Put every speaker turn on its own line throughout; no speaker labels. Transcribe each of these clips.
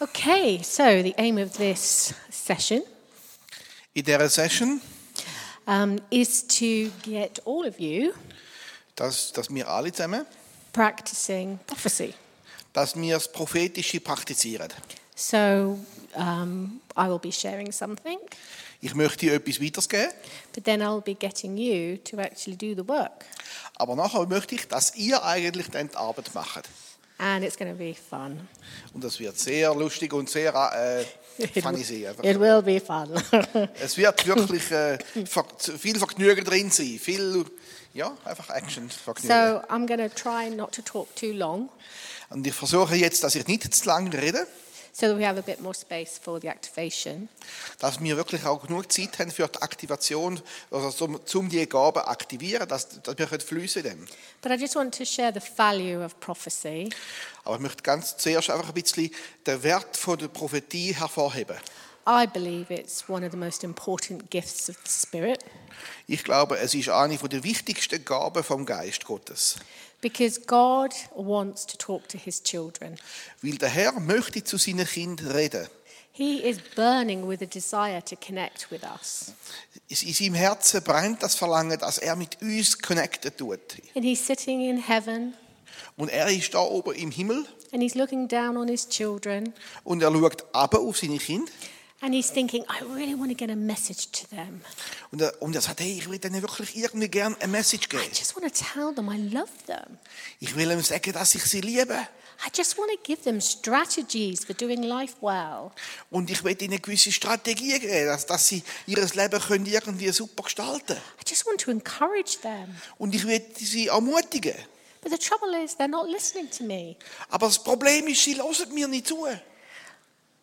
Okay, so the aim of this session
In dieser Session,
um, is to get all of you
dass, dass wir alle zusammen,
practicing prophecy.
dass wir das Prophetische praktizieren.
So um, I will be sharing something,
Ich möchte etwas weitergeben,
but then I'll be getting you to actually do the work.
aber nachher möchte ich, dass ihr eigentlich dann die Arbeit macht.
And it's going to be fun.
Und das wird sehr lustig und sehr äh, funny sein. einfach.
It will be fun.
Es wird wirklich äh, ver- viel Vergnügen drin sein, viel, ja, einfach Action-Vergnügen.
so I'm going to try not to talk too long
Und ich versuche jetzt, dass ich nicht zu lange rede,
so that we have a bit more space for the activation.
dass wir wirklich auch genug Zeit haben für die Aktivation, also zum, zum die Gaben aktivieren, dass, dass wir fließen können. in dem.
But I just want to share the value of prophecy.
Aber ich möchte ganz zuerst einfach ein bisschen den Wert von der Prophetie hervorheben.
I believe it's one of the most important gifts of the Spirit
Ich glaube, es ist eine der wichtigsten Gaben vom Geist Gottes.
because God wants to talk to his children.
Weil der Herr möchte zu seinen Kindern reden.
He is burning with a desire to connect with us.
Es- In seinem Herzen brennt das Verlangen, dass er mit uns connected tut.
And he's sitting in heaven
Und er ist da oben im Himmel
and he's looking down on his children
und er schaut ab auf seine Kinder
and he's thinking, I really want to get a message to them.
und er, und er sagt, hey, ich will denen wirklich irgendwie gerne eine Message
I
geben.
just want to tell them I love them.
Ich will ihm sagen, dass ich sie liebe.
I just want to give them strategies for doing life well.
Und ich will ihnen gewisse Strategien geben, dass, dass sie ihr Leben können irgendwie super gestalten können.
I just want to encourage them.
Und ich werde sie ermutigen.
But the trouble is, they're not listening to me.
Aber das Problem ist, sie hören mir nicht zu.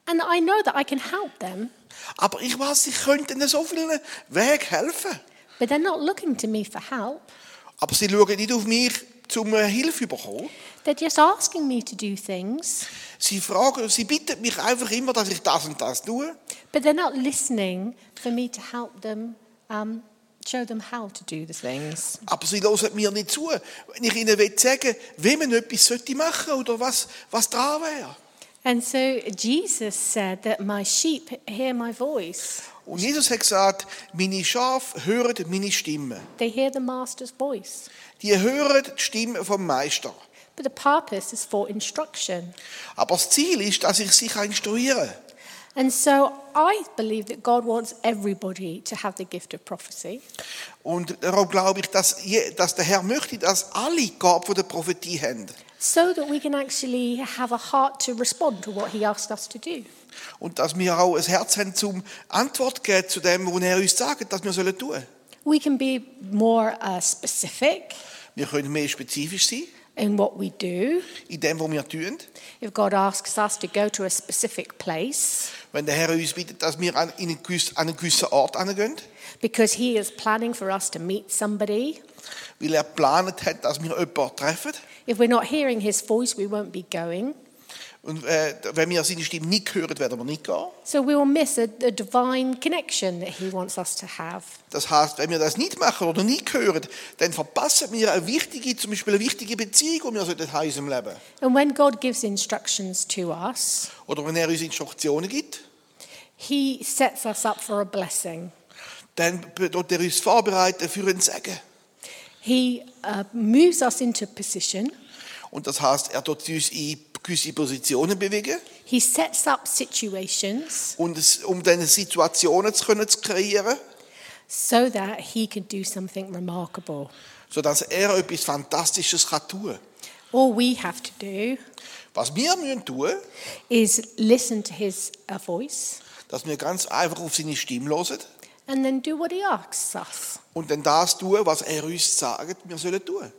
And I know that I can help them,
Aber ich weiß, ich könnte ihnen so vielen Weg helfen.
but they're not looking to me for help.
Aber sie schauen nicht auf mich, um äh, Hilfe zu bekommen.
They're just asking me to do things,
Sie fragen, sie bitten mich einfach immer, dass ich das und das tue.
but they're not listening for me to help them, um, show them how to do the things.
Aber sie hören mir nicht zu, wenn ich ihnen will sagen wie man etwas sollte machen sollte oder was, was dran wäre.
And so Jesus said that my sheep hear my voice,
Und Jesus hat gesagt, meine Schafe hören meine Stimme.
they hear the master's voice.
Die hören die Stimme vom Meister.
But the purpose is for instruction.
Aber das Ziel ist, dass ich sie kann instruieren kann.
And so I believe that God wants everybody to have the gift of prophecy.
Und darum glaube ich, dass, je- dass der Herr möchte, dass alle Gaben von der Prophetie haben.
so that we can actually have a heart to respond to what he asked us to do.
Und dass wir auch ein Herz haben, zum Antwort zu geben zu dem, was er uns sagt, dass wir sollen tun sollen.
We can be more uh, specific
Wir können mehr spezifisch sein
in what we do.
in dem, was wir tun.
If God asks us to go to a specific place
Wenn der Herr uns bittet, dass wir an, in einen gewissen, an einen gewissen Ort hingehen,
because he is planning for us to meet somebody,
weil er geplant hat, dass wir jemanden treffen.
if we're not hearing his voice, we won't be going.
Und äh, wenn wir seine Stimme nicht hören, werden wir nicht gehen.
So we will miss a, a divine connection that he wants us to have.
Das heißt, wenn wir das nicht machen oder nicht hören, dann verpassen wir eine wichtige, zum Beispiel eine wichtige Beziehung, die wir sollten haben in unserem Leben.
And when God gives instructions to us,
Oder wenn er uns Instruktionen gibt,
he sets us up for a blessing.
dann wird er uns vorbereiten für ein Segen.
He uh, moves us into position.
Und das heißt, er tut uns in gewisse Positionen bewegen,
He sets up situations
und es, um dann Situationen zu, können, zu kreieren,
so that he can do something remarkable.
sodass er etwas Fantastisches kann tun kann.
All we have to do
Was wir müssen tun,
is listen to his uh, voice
dass wir ganz einfach auf seine Stimme hören
and then do what he asks us.
und dann das tun, was er uns sagt, wir sollen tun.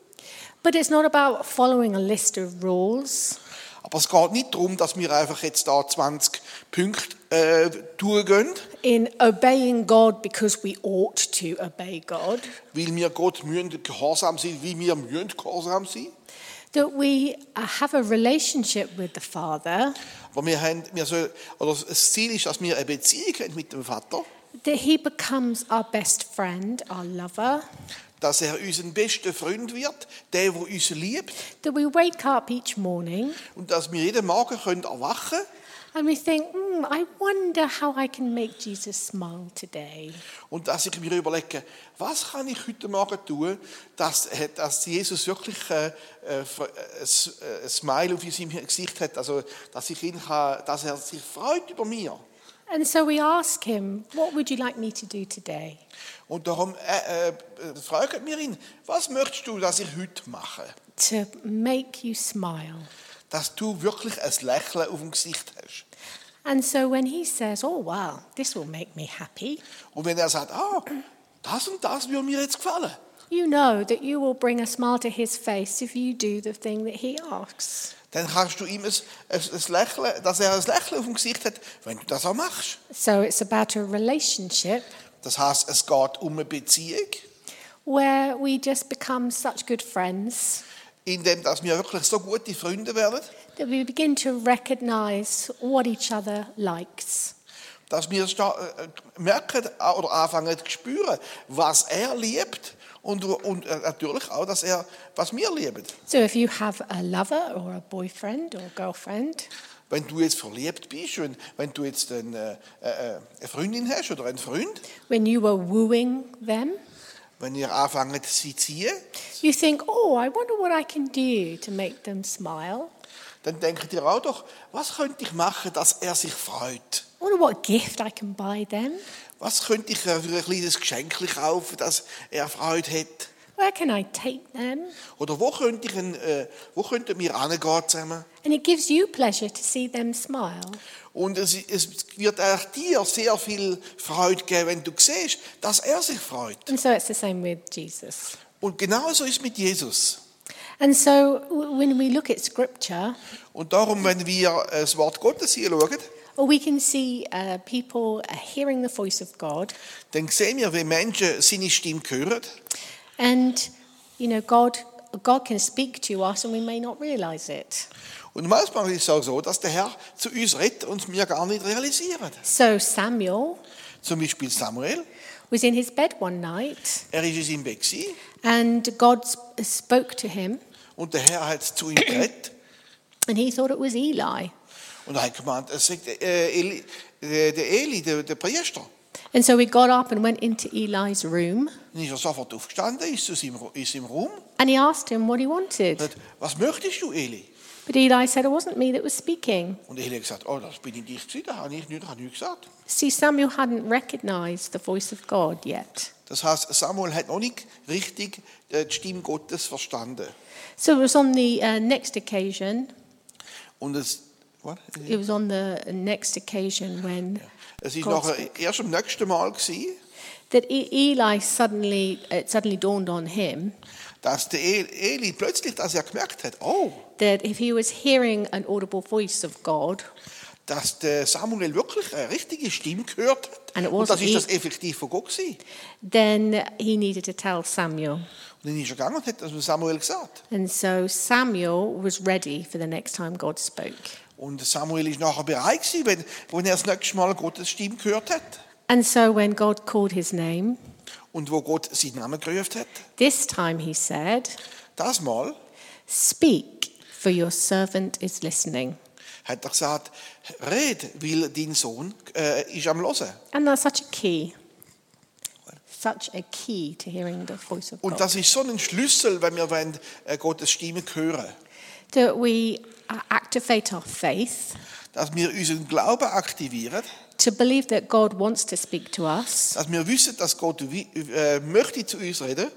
But it's not about following a list of rules.
Aber es geht nicht darum, dass wir einfach jetzt da 20 Punkte äh, durchgehen,
In obeying God because we ought to obey God,
weil wir Gott müssen gehorsam sein, wie wir müssen gehorsam sein.
that we uh, have a relationship with the Father,
Aber wir haben, wir sollen, oder das Ziel ist, dass wir eine Beziehung haben mit dem Vater,
that He becomes our best friend, our lover,
dass er unser bester Freund wird, der, der uns liebt,
that we wake up each morning
und dass wir jeden Morgen können erwachen können
And we think, hmm, I wonder how I can make Jesus smile today.
Und dass ich mir überlege, was kann ich heute Morgen tun, dass, äh, dass Jesus wirklich äh, äh, fr- äh, s- äh, ein Smile auf seinem Gesicht hat, also dass, ich ihn kann, dass er sich freut über mir.
And so we ask him, What would you like me to do today?
Und darum äh, äh, äh, fragen wir ihn, was möchtest du, dass ich heute mache?
To make you smile.
Dass du wirklich ein Lächeln auf dem Gesicht hast.
And so when he says, Oh, wow, this will make me happy,
Und wenn er sagt, ah, das und das würde mir jetzt gefallen,
you know that you will bring a smile to his face if you do the thing that he asks.
dann kannst du ihm ein, ein, ein Lächeln, dass er ein Lächeln auf dem Gesicht hat, wenn du das auch machst.
So it's about a relationship
Das heißt, es geht um eine Beziehung,
where we just become such good friends
indem dass wir wirklich so gute Freunde werden,
that we begin to recognize what each other likes.
dass wir sta- äh, merken äh, oder anfangen zu spüren, was er liebt und, und äh, natürlich auch, dass er, was wir lieben.
So if you have a lover or a boyfriend or girlfriend,
Wenn du jetzt verliebt bist, wenn, wenn du jetzt eine, äh, äh, eine Freundin hast oder einen Freund,
when you were wooing them,
wenn ihr anfangt sie zu ziehen,
you think, oh, I wonder what I can do to make them smile.
dann denkt ihr auch doch, was könnte ich machen, dass er sich freut?
I wonder what gift I can buy them.
Was könnte ich ihr für ein kleines Geschenk kaufen, dass er Freude hat?
Where can I take them?
Oder wo könnte ich ein, äh, wo könnten wir angehen zusammen?
And it gives you pleasure to see them smile.
Und es, es wird auch dir sehr viel Freude geben, wenn du siehst, dass er sich freut.
And so it's the same with Jesus.
Und genauso ist mit Jesus.
And so w- when we look at scripture,
Und darum, wenn wir äh, das Wort Gottes anschauen,
we can see uh, people uh, hearing the voice of God.
dann sehen wir, wie Menschen seine Stimme hören.
And, you know, God, God can speak to us and we may not realize it.
Und manchmal ist es auch so, dass der Herr zu uns redet und wir gar nicht realisieren.
So Samuel
Zum Beispiel Samuel,
was in his bed one night
er war in seinem Bett gewesen
and God sp- spoke to him
und der Herr hat zu ihm geredet.
and he thought it was Eli.
Und er hat gemeint, es sagt äh, Eli, äh, der Eli, der, der Priester.
And so he got up and went into Eli's room
Dann ist er sofort aufgestanden, ist zu seinem, Ru- ist im Raum
and he asked him what he wanted.
und hat, was möchtest du, Eli?
But Eli said, It wasn't me that was speaking.
Und Eli hat gesagt, oh, das bin ich nicht gewesen, da habe ich nichts, habe nichts gesagt.
See, Samuel hadn't recognized the voice of God yet.
Das heißt, Samuel hat noch nicht richtig äh, die Stimme Gottes verstanden.
So it was on the uh, next occasion.
Und es, what?
It was on the next occasion when
es ist
Gott
nachher erst am nächsten Mal gewesen,
that E- Eli suddenly it suddenly dawned on him
dass der El- Eli plötzlich, dass er gemerkt hat, oh,
that if he was hearing an audible voice of God,
dass der Samuel wirklich eine richtige Stimme gehört hat.
Eine
Und das
Ohr-
ist das effektiv von Gott gewesen.
then he needed to tell Samuel.
Und dann ist er gegangen und hat das Samuel gesagt.
And so Samuel was ready for the next time God spoke.
Und Samuel ist nachher bereit gewesen, wenn, wenn er das nächste Mal Gottes Stimme gehört hat.
And so when God called his name,
Und wo Gott seinen Namen gerufen hat.
this time he said,
Das Mal
Speak, for your servant is listening.
hat er gesagt, red, weil dein Sohn äh, ist am Hören.
And that's such a key. Such a key to hearing the voice of
Und
God.
das ist so ein Schlüssel, wenn wir wollen, äh, Gottes Stimme hören.
That we uh, activate our faith
Dass wir unseren Glauben aktivieren,
to believe that God wants to speak to us
dass wir wissen, dass Gott wi- äh, möchte zu uns reden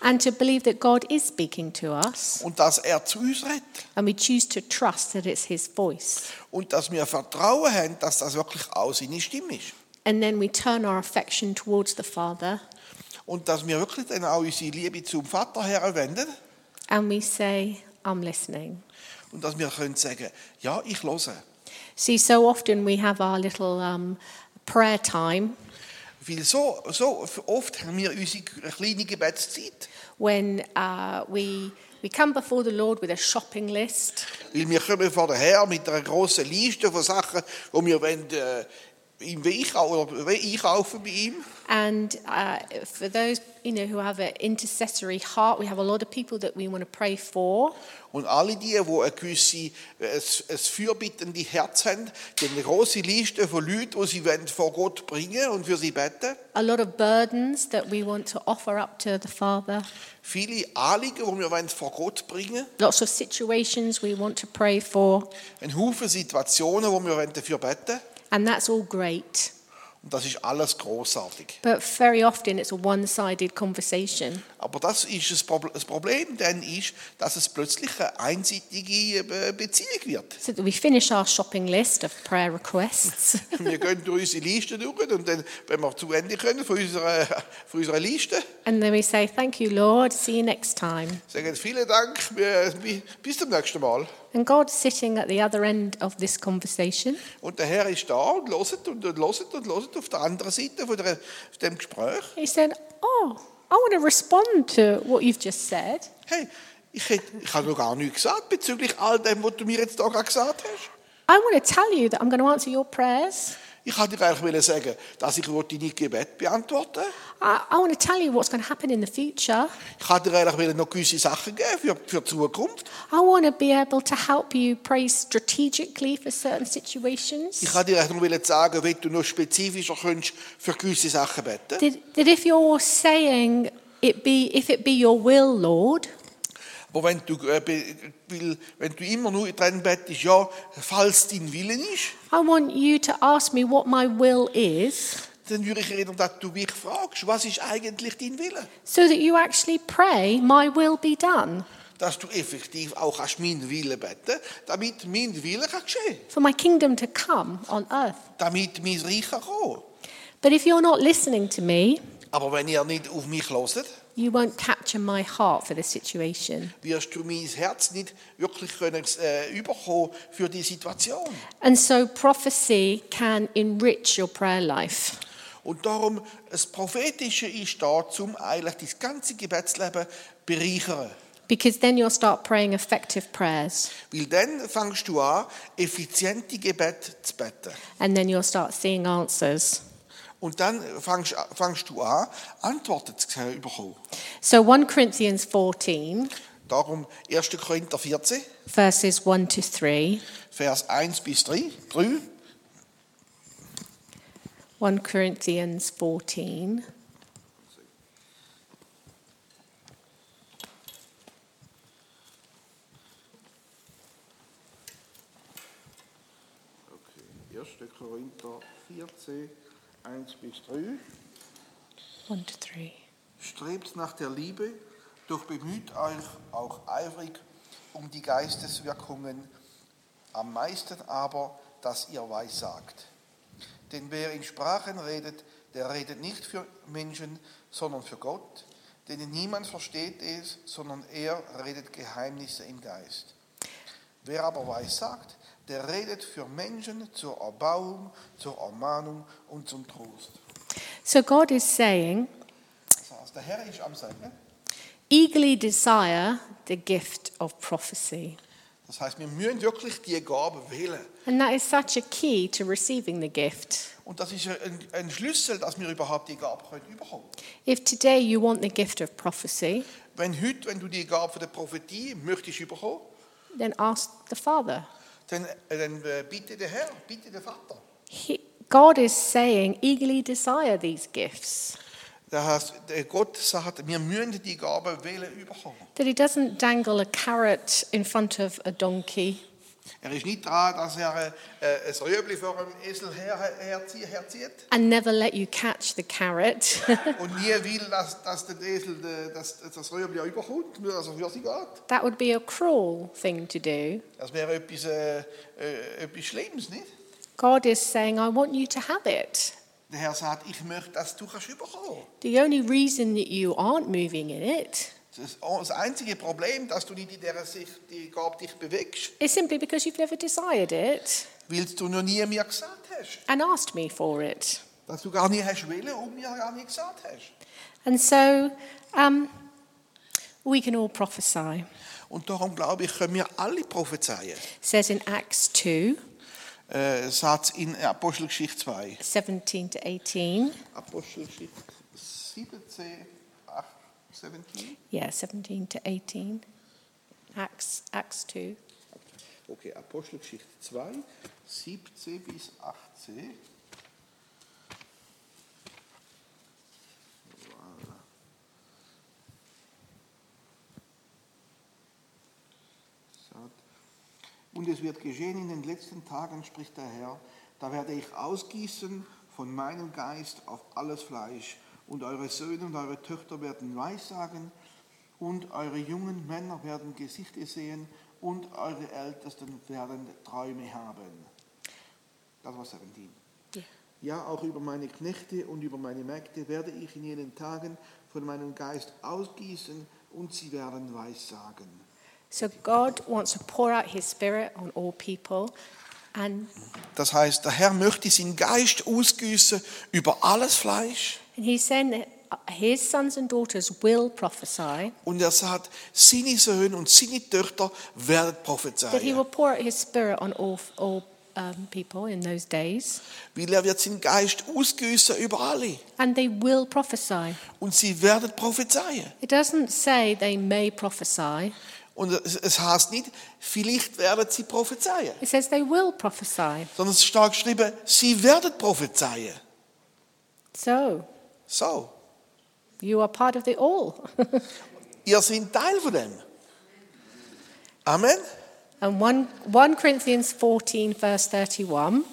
and to believe that God is speaking to us.
und dass er zu uns redet.
And we choose to trust that it's His voice.
Und dass wir Vertrauen haben, dass das wirklich auch seine Stimme ist.
And then we turn our affection towards the Father
Und dass wir wirklich dann auch unsere Liebe zum Vater herwenden
and we say, I'm listening.
und dass wir können sagen, ja, ich höre.
See, so often we have our little um, prayer time
Weil so, so oft haben wir unsere kleine Gebetszeit,
when uh, we, we come before the Lord with a shopping list
weil wir kommen vorher mit einer grossen Liste von Sachen, die wir wollen, äh, im Weg oder einkaufen bei ihm.
And uh, for those you know who have an intercessory heart, we have a lot of people that we want to pray for.
Und alle die, die ein gewisses äh, ein fürbittende Herz haben, die haben eine große Liste von Leuten, die sie wollen vor Gott bringen und für sie beten.
A lot of burdens that we want to offer up to the Father.
Viele Anliegen, die wir wollen vor Gott bringen
Lots of situations we want to pray for,
Ein Haufen Situationen, wo wir wollen dafür beten
and that's all great.
Und das ist alles großartig.
But very often it's a one-sided conversation.
Aber das ist das Probl- das Problem dann ist, dass es plötzlich eine einseitige äh, Beziehung wird.
So that we finish our shopping list of prayer requests,
Wir gehen durch unsere Liste durch und dann, wenn wir zu Ende können von unserer, von unserer Liste,
and then we say, "Thank you, Lord. See you next time."
sagen vielen Dank, wir- bi- bis zum nächsten Mal.
And God's sitting at the other end of this conversation,
Und der Herr ist da und loset und loset und loset auf der anderen Seite von der, von dem Gespräch.
He said, Oh, I want to respond to what you've just said.
Hey, ich, hätte, ich habe noch gar nichts gesagt bezüglich all dem, was du mir jetzt da gerade gesagt hast.
I want to tell you that I'm going to answer your prayers.
Ich wollte dir eigentlich wollen sagen, dass ich deine Gebete beantworten wollte.
I, I want to tell you what's going to happen in the future.
Ich wollte dir eigentlich wollen noch gewisse Sachen geben für, für die Zukunft.
I want to be able to help you pray strategically for certain
Ich
situations.
wollte dir eigentlich noch wollen sagen, wie du noch spezifischer könntest für gewisse Sachen beten.
That, that if you're saying, it be, if it be your will, Lord,
Aber wenn du, äh, be- will, wenn du immer nur dran bettest, ja, falls dein Willen ist,
I want you to ask me what my will is
dann würde ich erinnern, dass du mich fragst, was ist eigentlich dein Wille?
so that you actually pray, My will be done.
Dass du effektiv auch kannst meinen Willen beten damit mein Wille kann geschehen
For my kingdom to come on earth.
damit mein Reich kann kommen
But if you're not listening to me,
Aber wenn ihr nicht auf mich hört,
You won't capture my heart for the situation.
wirst du mein Herz nicht wirklich können, äh, überkommen für die Situation.
And so prophecy can enrich your prayer life.
Und darum, das Prophetische ist da, um eigentlich das ganze Gebetsleben bereichern.
Because then you'll start praying effective prayers.
Weil dann fängst du an, effiziente Gebet zu beten.
And then you'll start seeing answers.
Und dann fängst, fängst du an, Antworten zu bekommen.
So 1 Corinthians 14,
Darum 1. Korinther 14,
verses 1 to 3.
Vers 1 bis 3. 3.
1 Corinthians 14.
Okay. 1. Korinther 14, 1 bis 3.
1 to 3.
Strebt nach der Liebe, doch bemüht euch auch eifrig um die Geisteswirkungen, am meisten aber, dass ihr weissagt. Denn wer in Sprachen redet, der redet nicht für Menschen, sondern für Gott, denn niemand versteht es, sondern er redet Geheimnisse im Geist. Wer aber weissagt, der redet für Menschen zur Erbauung, zur Ermahnung und zum Trost.
So God is saying,
So, also Der Herr ist am Sagen.
eagerly desire the gift of prophecy.
Das heißt, wir müssen wirklich die Gabe wählen.
And that is such a key to receiving the gift.
Und das ist ein, ein Schlüssel, dass wir überhaupt die Gabe können überkommen.
If today you want the gift of prophecy,
Wenn heute, wenn du die Gabe von der Prophetie möchtest überkommen,
then ask the Father.
dann, äh, dann äh, bitte der Herr, bitte der Vater.
He, God is saying, eagerly desire these gifts.
Das heißt, der Gott sagt, wir müssen die Gabe wählen überkommen.
That He doesn't dangle a carrot in front of a donkey,
Er ist nicht dran, dass er äh, ein Röbli vor einem Esel her, herzie- herzieht
and never let you catch the carrot,
und nie will, dass, dass der Esel äh, dass, dass das Röbli auch überkommt, nur dass er für sie geht.
that would be a cruel thing to do.
Das wäre etwas, äh, äh, etwas Schlimmes, nicht?
God is saying, I want you to have it.
Der Herr sagt, ich möchte, dass du kannst überkommen.
The only reason that you aren't moving in it
Das, das einzige Problem, dass du nicht in dieser Sicht die Gabe dich bewegst,
is simply because you've never desired it
weil du noch nie mir gesagt hast.
and asked me for it.
Dass du gar nicht hast wollen und mir gar nicht gesagt hast.
And so um, we can all prophesy.
Und darum glaube ich, können wir alle prophezeien.
It says in Acts 2,
Äh, äh, Satz in Apostelgeschichte 2.
17 to 18.
Apostelgeschichte 17, 8, 17.
Yeah, 17 to 18. Acts, Acts 2.
Okay, Apostelgeschichte 2, 17 bis 18. Voilà. Schaut. Und es wird geschehen in den letzten Tagen, spricht der Herr, da werde ich ausgießen von meinem Geist auf alles Fleisch, und eure Söhne und eure Töchter werden Weissagen, und eure jungen Männer werden Gesichter sehen, und eure Ältesten werden Träume haben. Das war 17.
Yeah.
Ja, auch über meine Knechte und über meine Mägde werde ich in jenen Tagen von meinem Geist ausgießen und sie werden Weissagen.
So God wants to pour out his spirit on all people. And,
Das heißt, der Herr möchte seinen Geist ausgießen über alles Fleisch
and he's saying that uh, his sons and daughters will prophesy,
und er sagt, seine Söhne und seine Töchter werden
that he will
prophezeien.
pour out his spirit on all, all um, people in those days.
Weil er wird seinen Geist ausgießen über alle
And they will prophesy.
und sie werden prophezeien.
It doesn't say they may prophesy,
Und es- es heißt nicht, vielleicht werden sie prophezeien,
it says they will prophesy.
sondern es steht geschrieben, sie werden prophezeien.
So
So,
you are part of the all.
ihr seid Teil von dem. Amen.
and 1, 1 Corinthians 14, verse 31.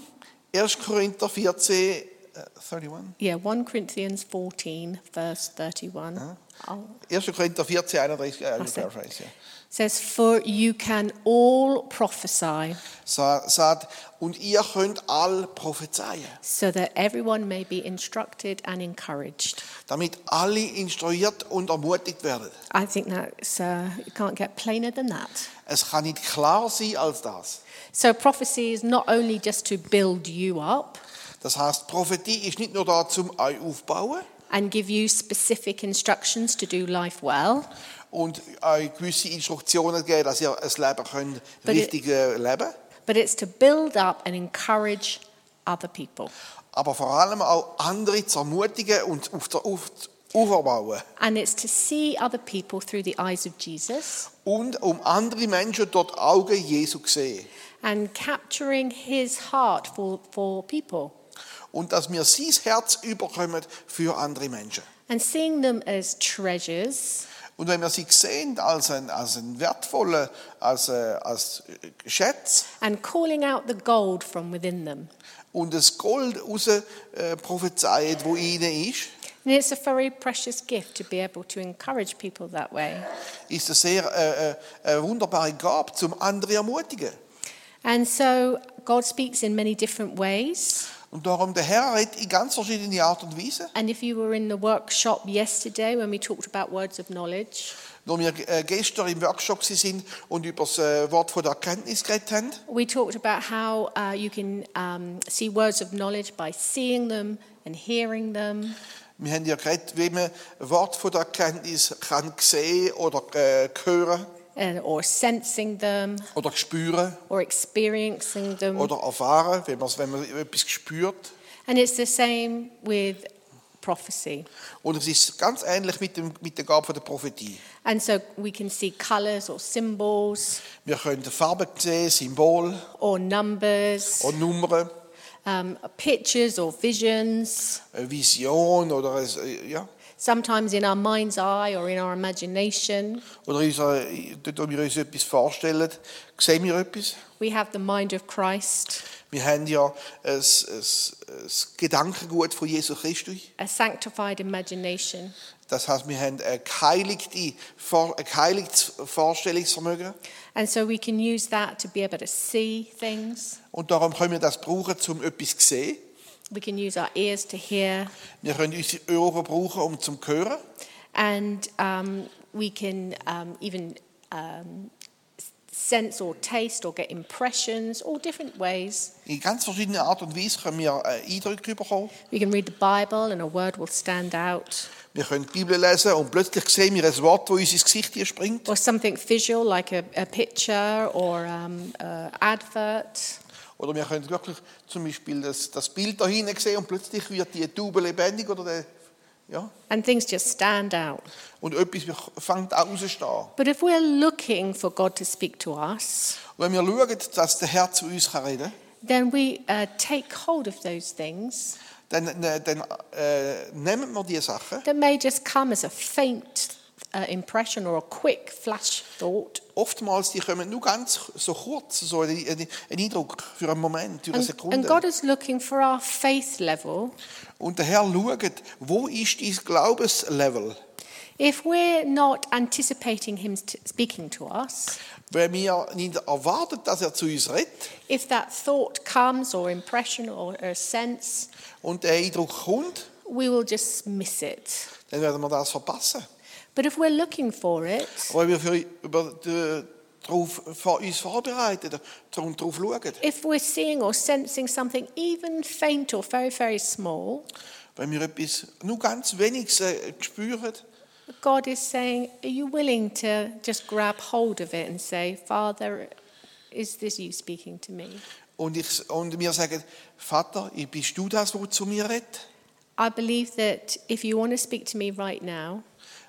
1. Korinther 14, äh, 31.
Yeah, 1 Corinthians 14, verse 31. I'll-
1. Korinther 14, 31, äh,
Ach so.
Paraphrase, ja.
says, For you can all prophesy,
Sa- sagt, und ihr könnt all prophezeien,
so that everyone may be instructed and encouraged.
damit alle instruiert und ermutigt werden.
I think that's, uh, you can't get plainer than that.
Es kann nicht klar sein als das.
So prophecy is not only just to build you up
Das heißt, Prophetie ist nicht nur da zum euch aufbauen
and give you specific instructions to do life well,
und euch gewisse Instruktionen geben, dass ihr ein Leben könnt,
But it-
richtig äh, leben,
but it's to build up and encourage other people.
aber vor allem auch andere zu ermutigen und auf der auf, aufbauen.
And it's to see other people through the eyes of Jesus
Und um andere Menschen dort Augen Jesu zu sehen.
and capturing his heart for, for people.
Und dass wir sein Herz überkommen für andere Menschen.
and seeing them as treasures
Und wenn wir sie sehen als ein, als ein wertvoller, als, äh, als Schätz
and calling out the gold from within them.
und das Gold raus äh, prophezeit, wo ihnen ist,
And it's a very precious gift to be able to encourage people that way.
ist das sehr äh, äh, eine wunderbare Gabe, zum anderen ermutigen.
And so God speaks in many different ways.
Und darum, der Herr redet in ganz verschiedene Art und Weise.
And if you were in the workshop yesterday when we talked about words of knowledge,
Als wir äh, gestern im Workshop gewesen sind und über das äh, Wort von der Erkenntnis geredet haben,
we talked about how uh, you can um, see words of knowledge by seeing them and hearing them.
wir haben ja geredet, wie man Wort von der Erkenntnis kann sehen oder äh, hören
And, or sensing them
oder spüren
or experiencing them.
oder erfahren, wenn, man's- wenn man etwas spürt.
And it's the same with prophecy.
Und es ist ganz ähnlich mit, dem, mit der Gabe von der Prophetie.
And so we can see colors or symbols
Wir können Farben sehen, Symbol
or numbers,
und Nummern,
um, pictures or visions,
eine Vision oder, ein- ja,
sometimes in our mind's eye or in our imagination.
oder unser, dort, wo wir uns etwas vorstellen, sehen wir etwas.
We have the mind of Christ,
Wir haben ja ein, ein, ein Gedankengut von Jesus Christus.
a sanctified imagination,
Das heißt, wir haben ein geheiligte Vor- ein geheiligtes Vorstellungsvermögen.
and so we can use that to be able to see things.
Und darum können wir das brauchen, um etwas zu sehen.
We can use our ears to hear,
Wir können unsere Ohren brauchen, um zu hören.
and um, we can um, even um, s- sense or taste or get impressions, all different ways.
In ganz verschiedenen Art und Weise können wir äh, Eindrücke bekommen.
We can read the Bible and a word will stand out,
Wir können die Bibel lesen und plötzlich sehen wir ein Wort, das uns ins Gesicht hier springt.
or something visual like a, a picture or um, an advert,
Oder wir können wirklich zum Beispiel das, das Bild da hinten sehen und plötzlich wird die Taube lebendig oder der, ja.
and things just stand out.
Und etwas fängt auch rauszustehen.
But if we're looking for God to speak to us,
Und wenn wir schauen, dass der Herr zu uns kann reden
then we uh, take hold of those things
kann, dann, äh, dann äh, nehmen wir diese Sachen.
that may just come as a faint uh, impression or a quick flash thought.
Oftmals die kommen nur ganz so kurz, so ein, ein, ein Eindruck für einen Moment, für eine
And, and
Sekunde.
God is looking for our faith level.
Und der Herr schaut, wo ist dein Glaubenslevel?
If we're not anticipating Him t- speaking to us,
Wenn wir nicht erwarten, dass er zu uns redet
if that thought comes or impression or, or sense,
und der Eindruck kommt,
we will just miss it.
dann werden wir das verpassen.
But if we're looking for it,
Aber wenn wir für, über, die- darauf, vor uns vorbereiten und darauf schauen,
if we're seeing or sensing something even faint or very, very small,
wenn wir etwas nur ganz weniges äh, spüren,
God is saying, Are you willing to just grab hold of it and say, Father, is this you speaking to me?
und, ich, und wir sagen, Vater, bist du das, wo zu mir redet?
I believe that if you want to speak to me right now,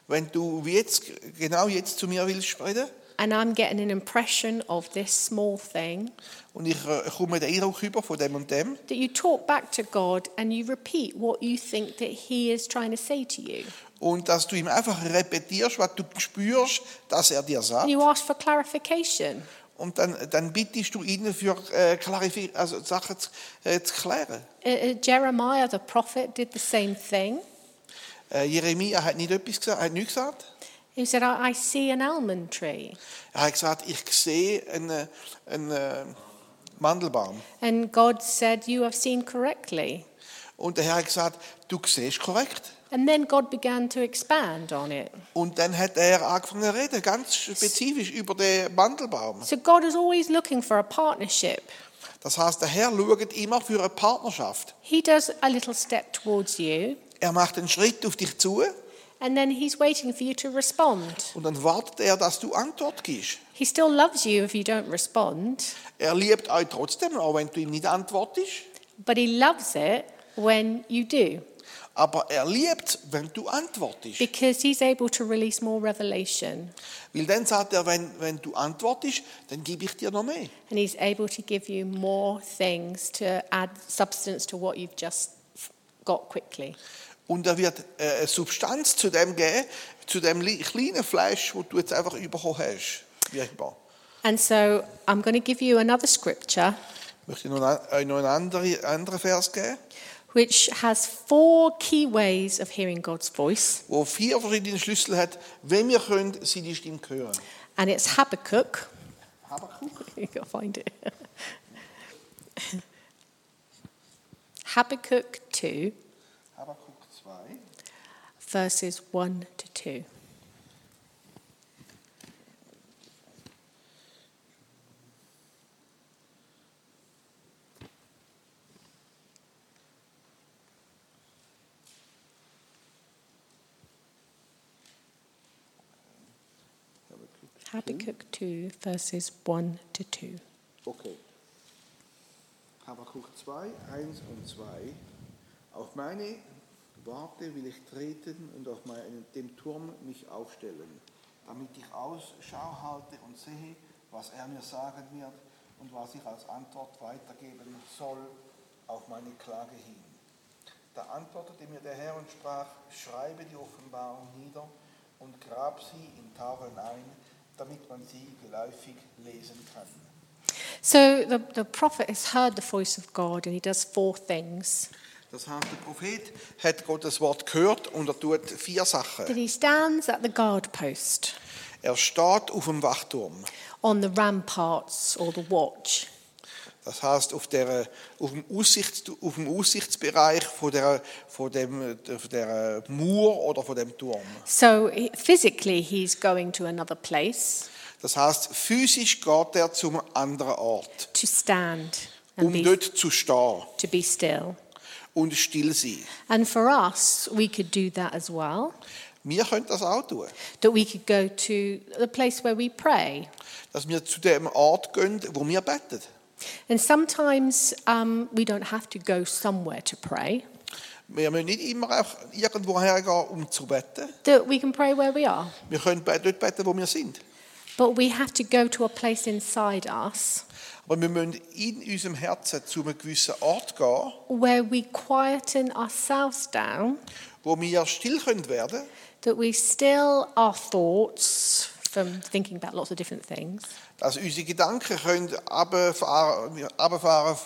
Wenn du jetzt, genau jetzt zu mir willst reden
and I'm getting an impression of this small thing,
und ich äh, komme den Eindruck über von dem und dem,
that you talk back to God and you repeat what you think that He is trying to say to you.
Und dass du ihm einfach repetierst, was du spürst, dass er dir
And
sagt.
you ask for clarification.
Und dann, dann bittest du ihn für äh, Klarifi- also Sachen zu, äh, zu klären.
Uh, uh, Jeremiah the prophet did the same thing.
Äh, Jeremia hat nicht etwas gesagt, hat nichts gesagt.
He said, I, I see an almond tree.
Er hat gesagt, ich sehe einen, einen äh, Mandelbaum.
And God said, You have seen correctly.
Und der Herr hat gesagt, du siehst korrekt.
And then God began to expand on it.
Und dann hat er angefangen zu reden, ganz spezifisch über den Mandelbaum.
So God is always looking for a partnership.
Das heißt, der Herr schaut immer für eine Partnerschaft.
He does a little step towards you,
Er macht einen Schritt auf dich zu
and then He's waiting for you to respond.
und dann wartet er, dass du Antwort gibst.
He still loves you if you don't respond,
Er liebt euch trotzdem, auch wenn du ihm nicht antwortest.
but He loves it when you do,
Aber er liebt, wenn du antwortest.
because He's able to release more revelation
Weil dann sagt er, wenn, wenn du antwortest, dann gebe ich dir noch mehr.
and He's able to give you more things to add substance to what you've just got quickly.
Und er wird äh, eine Substanz zu dem geben, zu dem li- kleinen Fleisch, wo du jetzt einfach bekommen hast. Wie immer.
And so I'm going to give you another scripture.
Ich möchte noch ein- euch noch einen anderen, anderen Vers geben,
which has four key ways of hearing God's voice,
wo vier verschiedene Schlüssel hat, wenn wir können, seine Stimme hören.
and it's Habakkuk.
Habakkuk.
You got to find it. Habakkuk two,
Habakkuk 2.
verses one to two. Habakkuk two, verses one to two.
Okay. Habakkuk 2, 1 und 2. Auf meine Worte will ich treten und auf meinen, dem Turm mich aufstellen, damit ich Ausschau halte und sehe, was er mir sagen wird und was ich als Antwort weitergeben soll auf meine Klage hin. Da antwortete mir der Herr und sprach, schreibe die Offenbarung nieder und grab sie in Tafeln ein, damit man sie geläufig lesen kann.
So the, the prophet has heard the voice of God and he does four things.
Das heißt, der Prophet hat Gottes Wort gehört und er tut vier
That
Sachen.
he stands at the guard post,
Er steht auf dem Wachturm,
on the ramparts or the watch,
das heißt auf, der, auf, dem, Aussichts, auf dem Aussichtsbereich von der, von, dem, von der Mauer oder von dem Turm.
So he- physically, he's going to another place
Das heißt, physisch geht er zum anderen Ort,
to stand and
um
be,
dort zu stehen
to be still.
und still sein.
And for us, we could do that as well.
Wir können das auch tun,
That we could go to the place where we pray,
dass wir zu dem Ort gehen, wo wir beten.
And sometimes um, we don't have to go somewhere to pray,
Wir müssen nicht immer einfach irgendwo hergehen, um zu beten.
that we can pray where we are.
Wir können be- dort beten, wo wir sind.
But we have to go to a place inside us
Aber wir müssen in unserem Herzen zu einem gewissen Ort gehen,
where we quieten ourselves down,
wo wir still können werden können,
that we still our thoughts from thinking about lots of different things,
dass unsere Gedanken können runterfahren, runterfahren,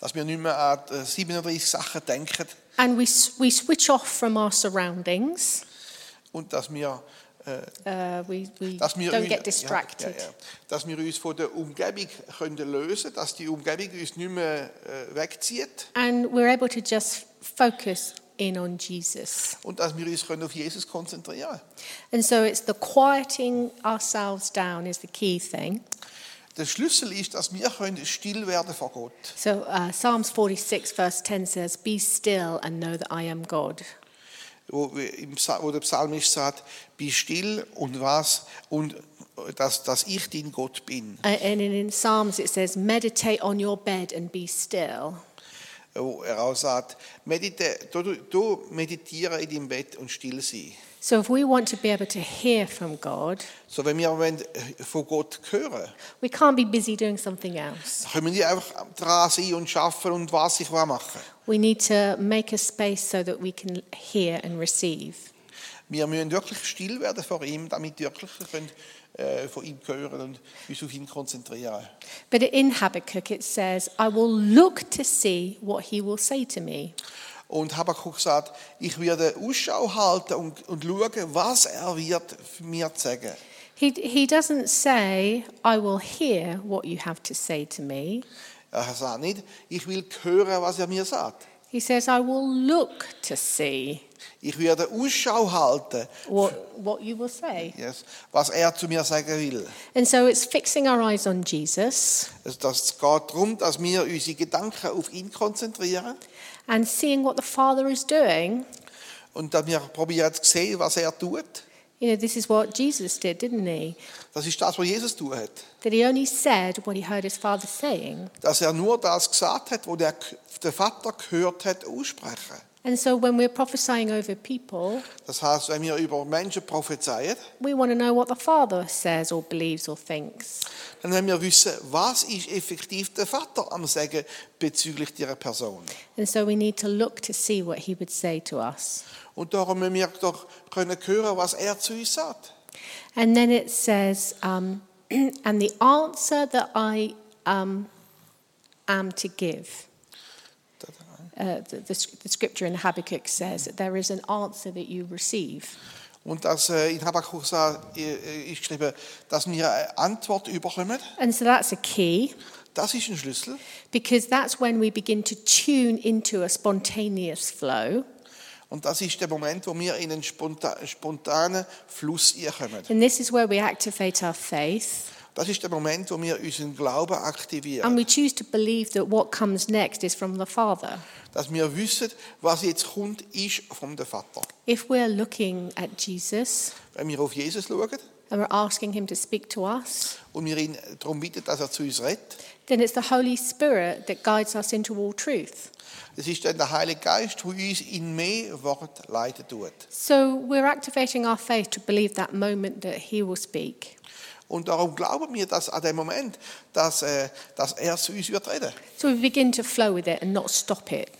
dass wir nicht mehr an die 37 Sachen denken
and we, s- we switch off from our surroundings.
und dass wir, äh,
Uh, we we
dass wir,
don't
uns-
get distracted.
Ja, ja, ja. dass wir uns von der Umgebung können lösen dass die Umgebung uns nicht mehr äh, wegzieht
And we're able to just focus in on Jesus.
und dass wir uns können auf Jesus konzentrieren können.
And so it's the quieting ourselves down is the key thing.
Der Schlüssel ist, dass wir können still werden vor Gott.
So uh, Psalms 46, verse 10 says, Be still and know that I am God.
Wo, wir im Psa- wo der Psalmist sagt, Bist still und was und äh, dass, dass ich dein Gott bin.
A- Uh, And in, in Psalms it says, Meditate on your bed and be still.
Äh, Wo er auch sagt, medite, du, du meditiere in deinem Bett und still sein.
So if we want to be able to hear from God,
So, wenn wir wollen, äh, von Gott hören,
we can't be busy doing something else.
dann können wir nicht einfach dran sein und schaffen und was ich will machen.
We need to make a space so that we can hear and receive.
Wir müssen wirklich still werden vor ihm, damit wir wirklich können, äh, von ihm hören und uns auf ihn konzentrieren.
But in Habakkuk it says, I will look to see what he will say to me.
Und Habakkuk sagt, ich werde Ausschau halten und, und schauen, was er wird mir sagen.
He, he doesn't say, I will hear what you have to say to me.
Er sagt nicht, ich will hören, was er mir sagt.
He says, I will look to see
Ich werde Ausschau halten,
what, what you will say.
yes, was er zu mir sagen will.
And so it's fixing our eyes on Jesus
Also das geht darum, dass wir unsere Gedanken auf ihn konzentrieren
and seeing what the Father is doing.
und dass wir probieren zu sehen, was er tut.
You know, this is what Jesus did, didn't he?
Das ist das, was Jesus tut hat.
That he only said what he heard his Father saying.
Dass er nur das gesagt hat, was der, der Vater gehört hat, aussprechen.
And so when we're prophesying over people,
Das heißt, wenn wir über Menschen prophezeien,
we want to know what the Father says or believes or thinks.
Dann wollen wir wissen, was ist effektiv der Vater am Sagen bezüglich dieser Person.
And so we need to look to see what he would say to us.
Und darum müssen wir doch können hören, was er zu uns sagt.
And then it says, um, and the answer that I um, am to give. Uh, the, the, sc- the scripture in Habakkuk says that there is an answer that you receive.
Und das äh, in Habakkuk sa- äh, ist geschrieben, dass wir eine Antwort überkommen.
And so that's a key
Das ist ein Schlüssel,
because that's when we begin to tune into a spontaneous flow.
und das ist der Moment, wo wir in einen sponta spontanen Fluss kommen.
And this is where we activate our faith
Das ist der Moment, wo wir unseren Glauben aktivieren,
and we choose to believe that what comes next is from the Father.
dass wir wissen, was jetzt kommt, ist vom der Vater.
If we're looking at Jesus
Wenn wir auf Jesus schauen
and we're asking him to speak to us,
und wir ihn darum bitten, dass er zu uns redet,
then it's the Holy Spirit that guides us into all truth.
Es ist dann der Heilige Geist, der uns in mehr Wort leiten tut.
So we're activating our faith to believe that moment that He will speak.
Und darum glauben wir, dass an dem Moment, dass, äh, dass er zu uns wird reden.
So we begin to flow with it and not stop it.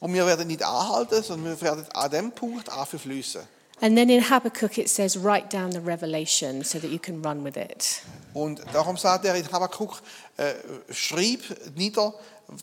Und wir werden nicht anhalten, sondern wir werden an dem Punkt anverfließen.
And then in Habakkuk it says, write down the revelation so that you can run with it.
Und darum sagt er in Habakkuk, äh, schreib nieder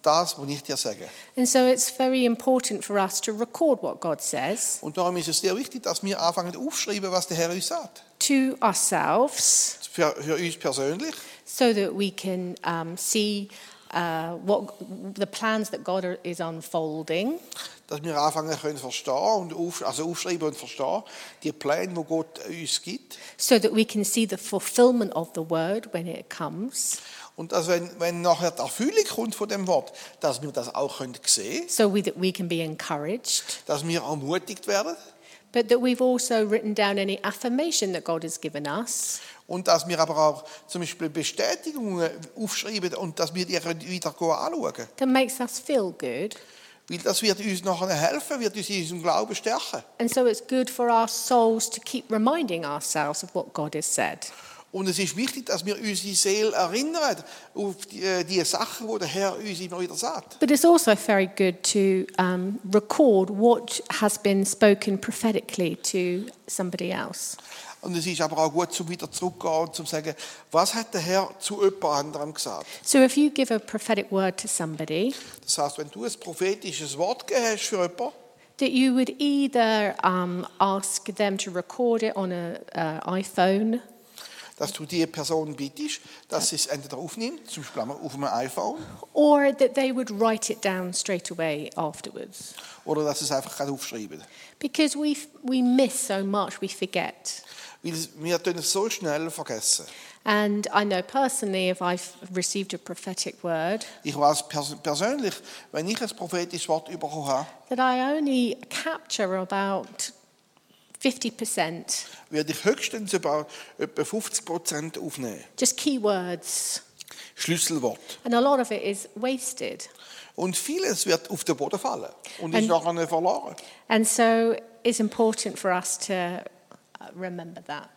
das, was ich dir sage.
And so it's very important for us to record what God says
Und darum ist es sehr wichtig, dass wir anfangen aufschreiben, was der Herr uns sagt.
to ourselves
Für, für uns persönlich,
so that we can um, see uh, what the plans that God are- is unfolding.
dass wir anfangen können verstehen und auf, also aufschreiben und verstehen, die Pläne, die Gott uns gibt.
so that we can see the fulfillment of the word when it comes,
Und dass wenn, wenn nachher die Erfüllung kommt von dem Wort, dass wir das auch können sehen
so we, that we can be encouraged,
dass wir ermutigt werden
but that we've also written down any affirmation that God has given us
Und dass wir aber auch zum Beispiel Bestätigungen aufschreiben und dass wir die wieder anschauen.
that makes us feel good.
Weil das wird uns nachher helfen, wird uns in unserem Glauben stärken.
And so it's good for our souls to keep reminding ourselves of what God has said.
Und es ist wichtig, dass wir unsere Seele erinnern auf die, äh, die Sachen, die der Herr uns immer wieder sagt.
But it's also very good to um, record what has been spoken prophetically to somebody else.
Und es ist aber auch gut, zum wieder zurückzugehen und zu sagen, was hat der Herr zu jemand anderem gesagt?
So if you give a prophetic word to somebody,
Das heißt, wenn du ein prophetisches Wort gegeben hast für jemanden,
that you would either um, ask them to record it on an uh, iPhone
dass du die Person bittest, dass sie es entweder aufnimmt, zum Beispiel auf einem iPhone,
or that they would write it down straight away afterwards.
oder dass sie es einfach gerade aufschreiben
Because we, f- we miss so much, we forget.
Weil es- wir tun es so schnell vergessen.
And I know personally, if I've received a prophetic word,
Ich weiß pers persönlich, wenn ich ein prophetisches Wort bekommen habe,
that I only capture about 50%,
werde ich höchstens über etwa 50% aufnehmen.
just key words.
Schlüsselwort.
And a lot of it is wasted.
Und vieles wird auf den Boden fallen und ist
Ein-
nachher verloren.
And so it's important for us to uh, remember that.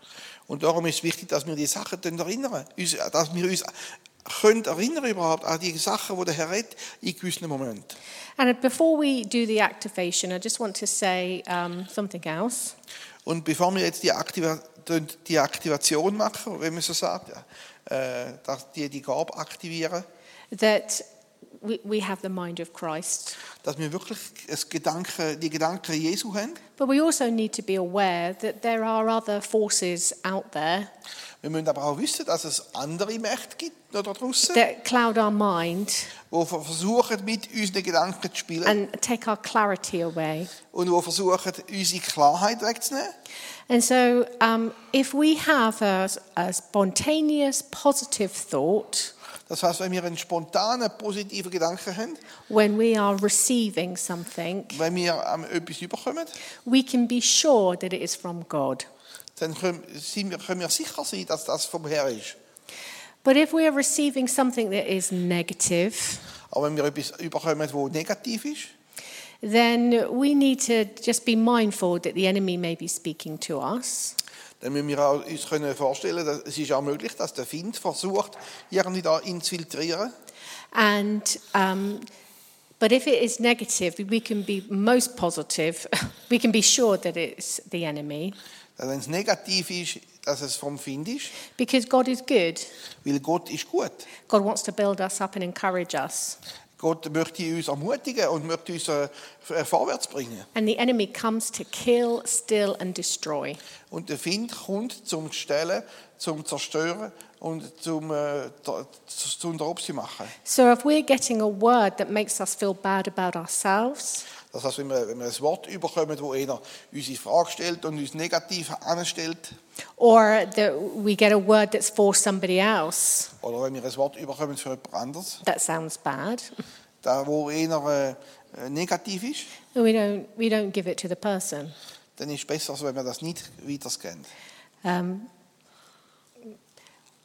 Und darum ist es wichtig, dass wir die Sachen dann erinnern, uns- dass wir uns können erinnern überhaupt an die Sachen, die der Herr redet, in gewissen Momenten.
And before we do the activation, I just want to say um, something else.
Und bevor wir jetzt die, Aktiva tun die Aktivation machen, wenn man so sagt, äh, dass die die Gabe aktivieren,
That we, we have the mind of Christ,
dass wir wirklich das Gedanke, die Gedanken Jesu haben,
but we also need to be aware that there are other forces out there
wir müssen aber auch wissen, dass es andere Mächte gibt da draußen,
that cloud our mind
die versuchen, mit unseren Gedanken zu spielen.
and take our clarity away.
und die versuchen, unsere Klarheit wegzunehmen.
And so, um, if we have a, a spontaneous positive thought
Das heißt, wenn wir einen spontanen, positiven Gedanken haben,
when we are receiving something,
wenn wir ähm, etwas überkommen,
we can be sure that it is from God.
dann können sind wir, können wir sicher sein, dass das vom Herrn ist.
But if we are receiving something that is negative,
Aber wenn wir etwas überkommen, wo negativ ist,
then we need to just be mindful that the enemy may be speaking to us.
dann müssen wir auch uns können vorstellen, dass es ist auch möglich, dass der Find versucht, irgendwie da infiltrieren.
And um, but if it is negative, we can be most positive. we can be sure that it's the enemy
Dass Wenn es negativ ist, dass es vom Find ist,
because God is good.
weil Gott ist gut.
God wants to build us up and encourage us.
Gott möchte uns ermutigen und möchte uns äh, äh, vorwärts bringen.
And the enemy comes to kill, steal, and destroy.
Und der Find kommt zum Stellen, zum Zerstören und zum, äh, zu- zum Dropsi machen.
So if we're getting a word that makes us feel bad about ourselves,
Das heißt, wenn wir, wenn wir ein Wort überkommen, wo einer uns in Frage stellt und uns negativ anstellt,
or that we get a word that's for somebody else,
oder wenn wir ein Wort überkommen für jemand anderes,
that sounds bad.
da wo einer äh, äh, negativ ist,
And we don't we don't give it to the person.
dann ist es besser, als wenn wir das nicht weitergeben.
Um,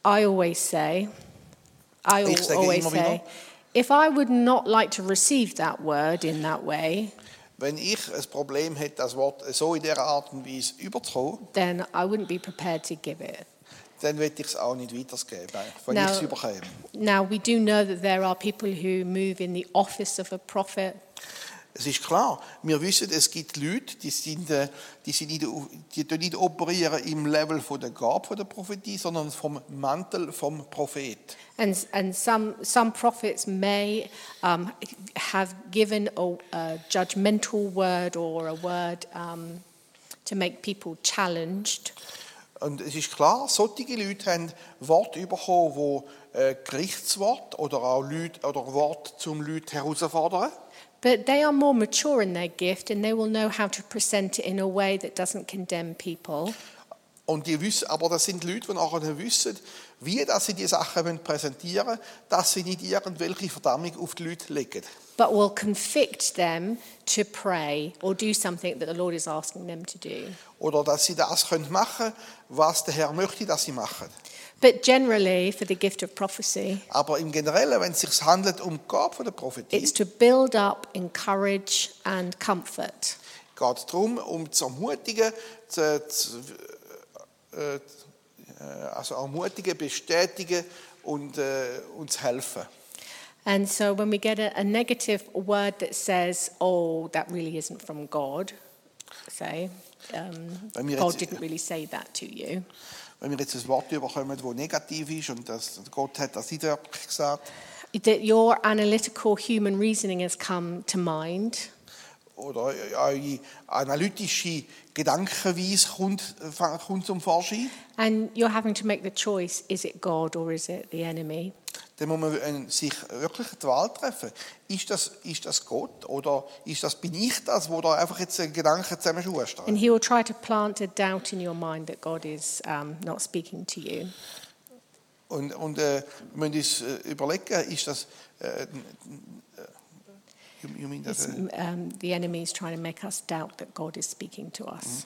I always say, I
Ik
al-
zeg
always
iemand wie
say,
dan?
if I would not like to receive that word in that way,
Wenn ich ein Problem hätte, das Wort so in dieser Art und Weise überzukommen,
then I wouldn't be prepared to give it.
dann würde ich es auch nicht weitergeben, wenn
Now-
ich es überkomme.
Now, we do know that there are people who move in the office of a prophet,
Es ist klar, wir wissen, es gibt Leute, die, sind, äh, die, sind nicht, die tun nicht operieren im Level von der Gabe von der Prophetie, sondern vom Mantel vom Prophet.
and, and some, some prophets may um, have given a, a judgmental word or a word um, to make people challenged.
Und es ist klar, solche Leute haben Worte bekommen, wo äh, Gerichtswort oder auch Leute, oder Wort zum Leute herausfordern.
But they are more mature in their gift and they will know how to present it in a way that doesn't condemn people.
Und die wissen, aber das sind Leute, die nachher wissen, wie dass sie die Sachen präsentieren müssen, dass sie nicht irgendwelche Verdammung auf die Leute legen.
but will convict them to pray or do something that the Lord is asking them to do.
Oder dass sie das können machen was der Herr möchte, dass sie machen.
But generally, for the gift of prophecy,
Aber im Generellen, wenn es sich handelt um die Gabe von der Prophetie,
it's to build up, encourage, and comfort.
geht es darum, um zu ermutigen, zu, zu, äh, äh, also ermutigen, bestätigen und äh, uns helfen.
And so when we get a, a negative word that says, oh, that really isn't from God, say, um,
Bei mir
God
jetzt-
didn't really say that to you,
Wenn wir jetzt ein Wort überkommen, das negativ ist und das, Gott hat das nicht wirklich gesagt,
that your analytical human reasoning has come to mind,
oder eure analytische Gedankenweise kommt, fang- kommt zum Vorschein,
and you're having to make the choice is it God or is it the enemy?
dann muss man äh, sich wirklich die Wahl treffen. Ist das, ist das Gott oder ist das, bin ich das, wo da einfach jetzt einen Gedanken zusammenschustert?
And he will try to plant a doubt in your mind that God is um, not speaking to you.
Und, und äh, wir müssen uns äh, überlegen, ist das. Äh, n- n- äh, you- you mean that,
It's,
äh,
um, the enemy is trying to make us doubt that God is speaking to us.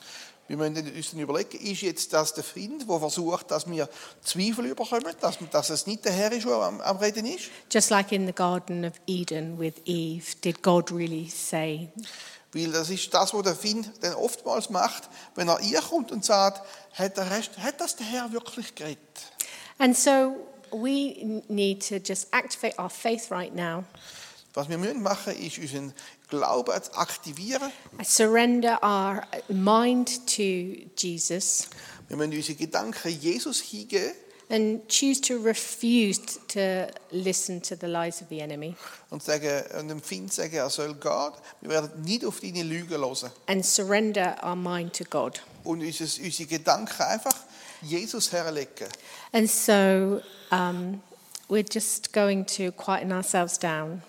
wir müssen uns dann überlegen, ist jetzt das der Feind, der versucht, dass wir Zweifel überkommen, dass, dass es nicht der Herr ist, der am, am Reden ist?
Just like in the Garden of Eden with Eve, did God really say?
Weil das ist das, was der Feind dann oftmals macht, wenn er ihr kommt und sagt, hat, der Rest, hat das der Herr wirklich geredet?
And so we n- need to just activate our faith right now,
Was wir müssen machen, ist unseren Glauben zu aktivieren.
surrender our mind to Jesus,
Wir müssen unsere Gedanken Jesus hingeben
and choose to refuse t- to listen to the lies of the enemy,
und, sagen, und dem Feind sagen, er soll gehen. Wir werden nicht auf deine Lügen hören.
and surrender our mind to God.
Und unser, unsere Gedanken einfach Jesus herlegen.
And so um, we're just going to quieten ourselves down.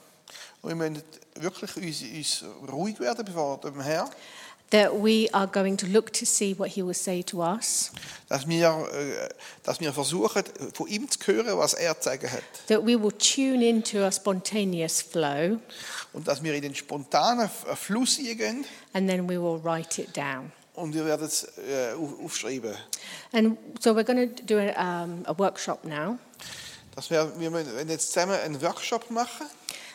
Und wir müssen wirklich uns, uns ruhig werden bevor dem Herrn,
That we are going to look to see what he will say to us.
dass wir, äh, dass wir versuchen, von ihm zu hören, was er zu sagen hat.
That we will tune into a spontaneous flow
Und dass wir in den spontanen F- äh, Fluss gehen
and then we will write it down.
und wir werden es äh, auf- aufschreiben.
And so we're going to do a, um, a workshop now.
Dass wir, wir müssen wenn jetzt zusammen einen Workshop machen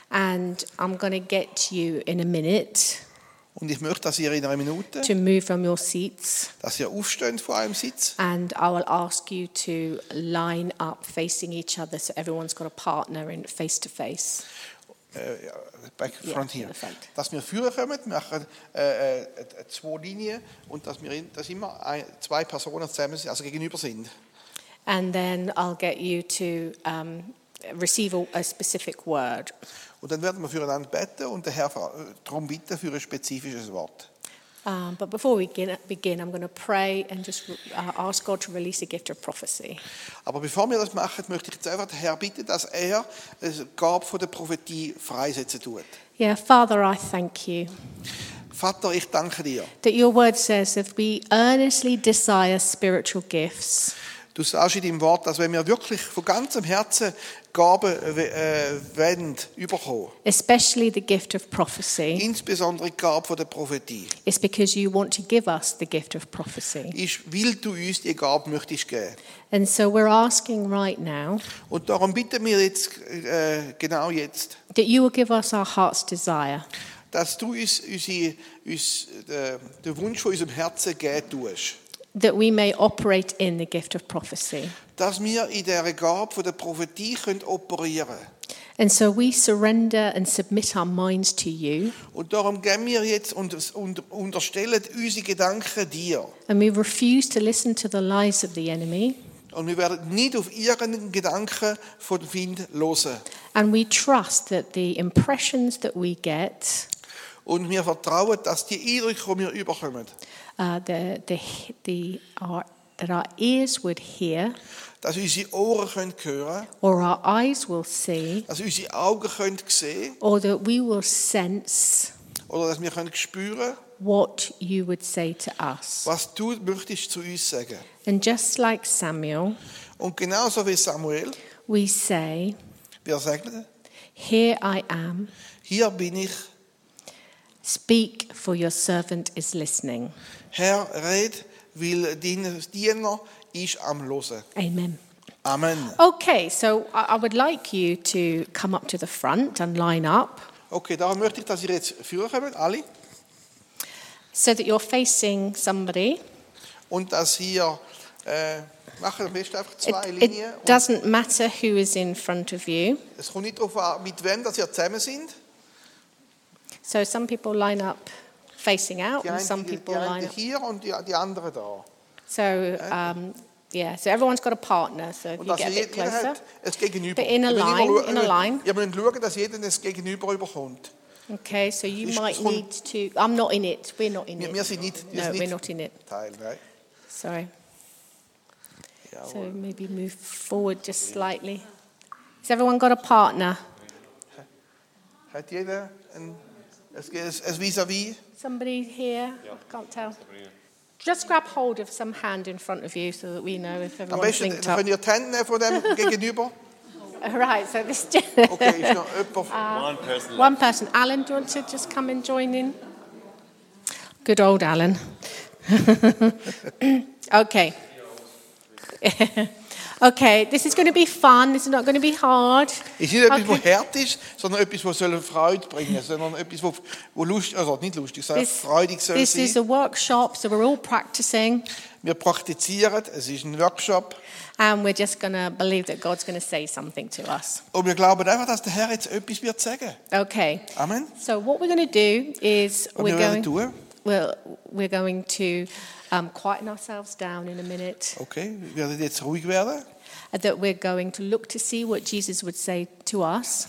And I'm going to get you in a minute
und ich möchte, dass ihr in einer Minute,
to move from your seats.
dass ihr aufsteht von einem Sitz
And I will ask you to line up facing each other so everyone's got a partner in face to face.
äh, ja, back
Ja,
front
in
here.
der Front.
Dass wir führen kommen, machen äh, äh, äh, zwei Linien und dass wir in- dass immer ein, zwei Personen zusammen sind, also gegenüber sind.
And then I'll get you to um, receive a, a specific word.
Und dann werden wir füreinander beten und der Herr darum bitten für ein spezifisches Wort.
Um, but before we begin, begin, I'm going to pray and just uh, ask God to release a gift of prophecy.
Aber bevor wir das machen, möchte ich jetzt einfach den Herrn bitten, dass er das Gab von der Prophetie freisetzen tut.
Yeah, Father, I thank you
Vater, ich danke dir.
that your word says if we earnestly desire spiritual gifts,
Du sagst in deinem Wort, dass wenn wir wirklich von ganzem Herzen Gaben äh, wollen, überkommen,
especially the gift of prophecy,
insbesondere die Gabe von der Prophetie,
it's because you want to give us the gift of prophecy.
ist, weil du uns die Gabe möchtest geben.
And so we're asking right now
Und darum bitten wir jetzt, äh, genau jetzt,
that you will give us our heart's desire.
dass du uns, unsere, uns äh, den Wunsch von unserem Herzen geben tust.
That we may operate in the gift of prophecy.
Dass wir in dieser Gabe von der Prophetie können operieren können.
And so we surrender and submit our minds to you,
Und darum gehen wir jetzt und, und unterstellen unsere Gedanken dir.
and we refuse to listen to the lies of the enemy,
Und wir werden nicht auf irgendeinen Gedanken von dem Wind hören.
and we trust that the impressions that we get,
Und wir vertrauen, dass die Eindrücke, die wir überkommen,
uh, the, the, the, our, that our ears would hear,
dass unsere Ohren können hören
or our eyes will see,
dass unsere Augen können sehen
or that we will sense
oder dass wir können spüren
what you would say to us.
was du möchtest zu uns sagen.
And just like Samuel,
Und genauso wie Samuel,
we say,
wir sagen,
Here I am,
hier bin ich,
speak, for your servant is listening.
Herr, red, weil dein Diener ist am Hören.
Amen.
Amen.
Okay, so I I would like you to come up to the front and line up
Okay, darum möchte ich, dass ihr jetzt führen kommt, alle.
so that you're facing somebody.
Und dass ihr, äh, macht am besten einfach
It,
zwei Linien.
it doesn't matter who is in front of you.
Und es kommt nicht darauf an, mit wem dass ihr zusammen sind.
So some people line up facing out,
Die
and some
einen, die,
people
die
line
einen
up.
hier und die, die anderen da.
So um, yeah, so everyone's got a partner. So if
Und
you
dass
get a
jeder
bit closer.
hat ein Gegenüber.
But in a
Ihr müsst
line,
immer schauen-
in a line.
Ihr müsst schauen, dass jeder das Gegenüber überkommt.
Okay, so you
Ich
might
kon-
need to. I'm not in it. We're not in
Wir,
it.
wir sind nicht, wir
no,
sind
we're
nicht
not in it.
Teil. Nein.
Sorry. So
Jawohl.
maybe move forward just slightly. Has everyone got a partner?
Hat jeder ein, es gibt ein, ein Vis-à-vis?
Somebody here? I can't tell. Just grab hold of some hand in front of you so that we know if
Am
everyone's
besten
linked up.
könnt ihr die Hände nehmen von dem Gegenüber.
All right, so this
Okay, ist noch
Ah.
One
jemand.
person
one person. Alan, do you want to just come and join in? Good old Alan. okay. okay, this is going to be fun. This is not going to be hard.
Es ist nicht etwas,
Okay.
was hart ist, sondern etwas, was soll Freude bringen soll, sondern etwas, was wo lustig, also nicht lustig, sondern
This,
freudig soll
this is a
sein.
workshop, so we're all practicing,
Wir praktizieren, es ist ein Workshop
and we're just going to believe that God's going to say something to us.
und wir glauben einfach, dass der Herr jetzt etwas wird sagen.
Okay.
Amen.
So what we're going to do is
Und
we're
wir werden
going,
tun.
we're, we're going to um, quieten ourselves down in a minute.
Okay, wir werden jetzt ruhig werden
uh, that we're going to look to see what Jesus would say to us.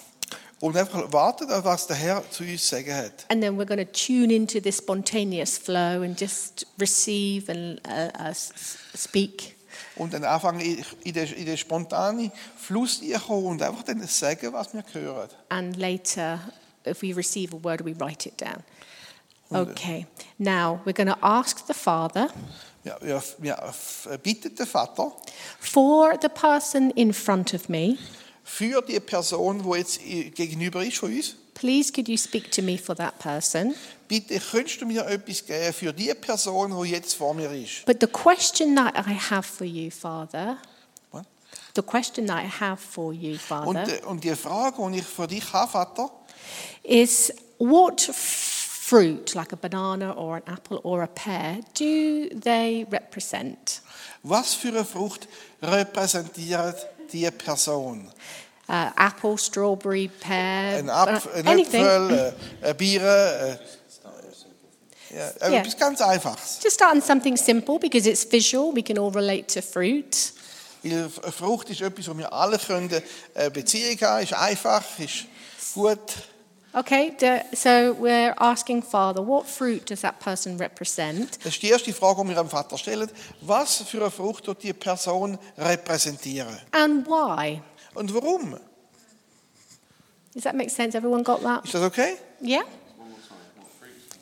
und einfach warten, auf was der Herr zu uns sagen hat.
And then we're going to tune into this spontaneous flow and just receive and uh, uh, s- s- speak.
Und dann anfangen in in den, in den spontanen Fluss reinkommen und einfach dann sagen, was wir hören.
And later, if we receive a word, we write it down. Okay. Now, we're going to ask the Father
Wir, wir, wir bitten den Vater
for the person in front of me.
für die Person, die jetzt i- gegenüber ist von uns.
Please, could you speak to me for that person?
Bitte könntest du mir etwas geben für die Person, die jetzt vor mir ist.
But the question that I have for you, Father,
What?
the question that I have for you,
Und,
Father,
äh, und die Frage, die ich für dich habe, Vater,
is what f- fruit, like a banana or an apple or a pear, do they represent?
was für eine Frucht repräsentiert die Person?
Uh, apple, strawberry, pear,
Ein,
bana-
Apf ein
Äh, anything.
Äpfel, äh, ein Bier, äh, äh, ja, äh,
Ja.
etwas ganz Einfaches.
Just start on something simple because it's visual. We can all relate to fruit.
Weil F- äh, Frucht ist etwas, wo wir alle können äh, Beziehung haben, ist einfach, ist gut.
Okay, d- so we're asking Father, what fruit does that person represent?
Das ist die erste Frage, die wir dem Vater stellen. Was für eine Frucht wird die Person repräsentieren?
And why?
Und warum?
Does that make sense? Everyone got that?
Ist das okay?
Yeah?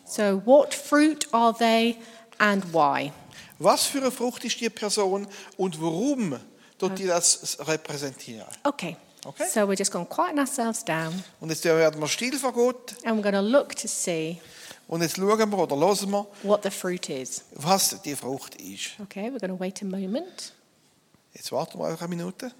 So, what fruit are they and why?
Was für eine Frucht ist die Person und warum tut die das repräsentieren?
Okay.
Okay.
So we're just going to quieten ourselves down
Und jetzt werden wir still vor Gott
and we're going to look to see
und jetzt schauen wir oder hören wir,
what the fruit is.
was die Frucht ist.
Okay, we're going to wait a moment.
Jetzt warten wir einfach eine Minute.